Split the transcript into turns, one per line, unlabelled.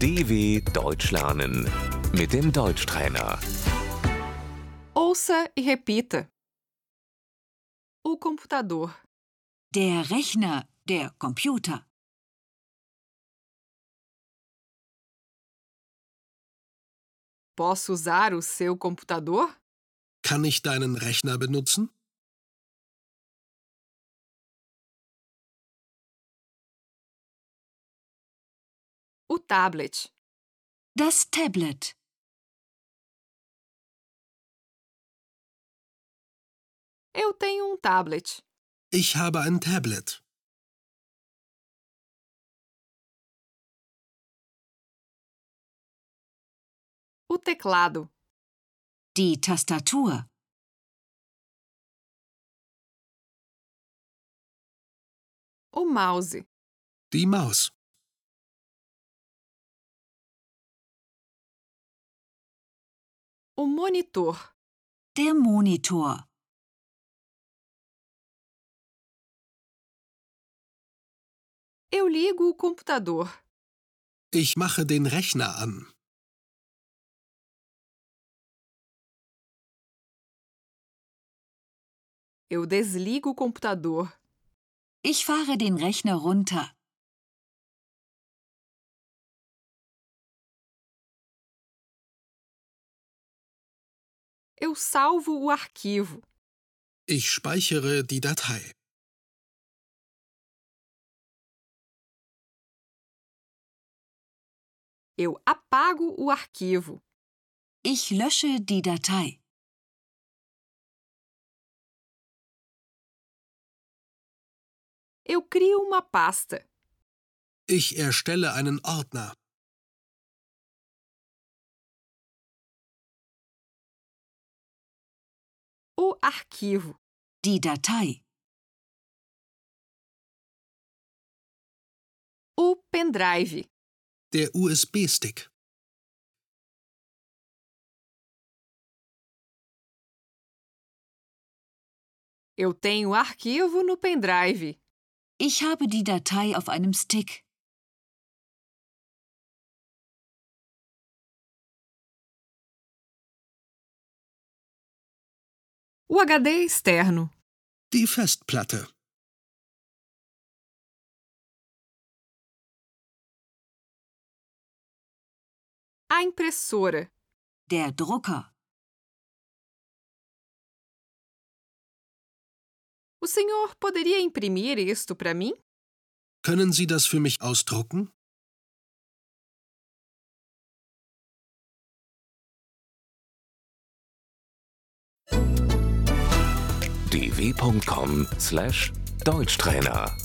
DW Deutsch lernen mit dem Deutschtrainer.
Ouça e repita. O computador,
Der Rechner, der Computer,
posso usar o seu computador?
Kann ich deinen Rechner benutzen?
O tablet,
das Tablet,
eu tenho um tablet.
Ich habe ein Tablet.
O teclado,
die Tastatur,
o mouse,
Die Maus.
o monitor,
der Monitor,
eu ligo o computador,
Ich mache den Rechner an.
eu desligo o computador,
ich fahre den Rechner runter,
eu salvo o arquivo,
Ich speichere die Datei.
eu apago o arquivo,
ich lösche die Datei,
eu crio uma pasta,
Ich erstelle einen Ordner.
o arquivo,
die Datei,
o pendrive,
Der USB-Stick.
eu tenho o arquivo no pendrive.
ich habe die Datei auf einem Stick.
O HD externo,
Die Festplatte.
a impressora,
Der Drucker,
O senhor poderia imprimir isto para mim?
Können Sie das für mich ausdrucken?
dw.com/deutschtrainer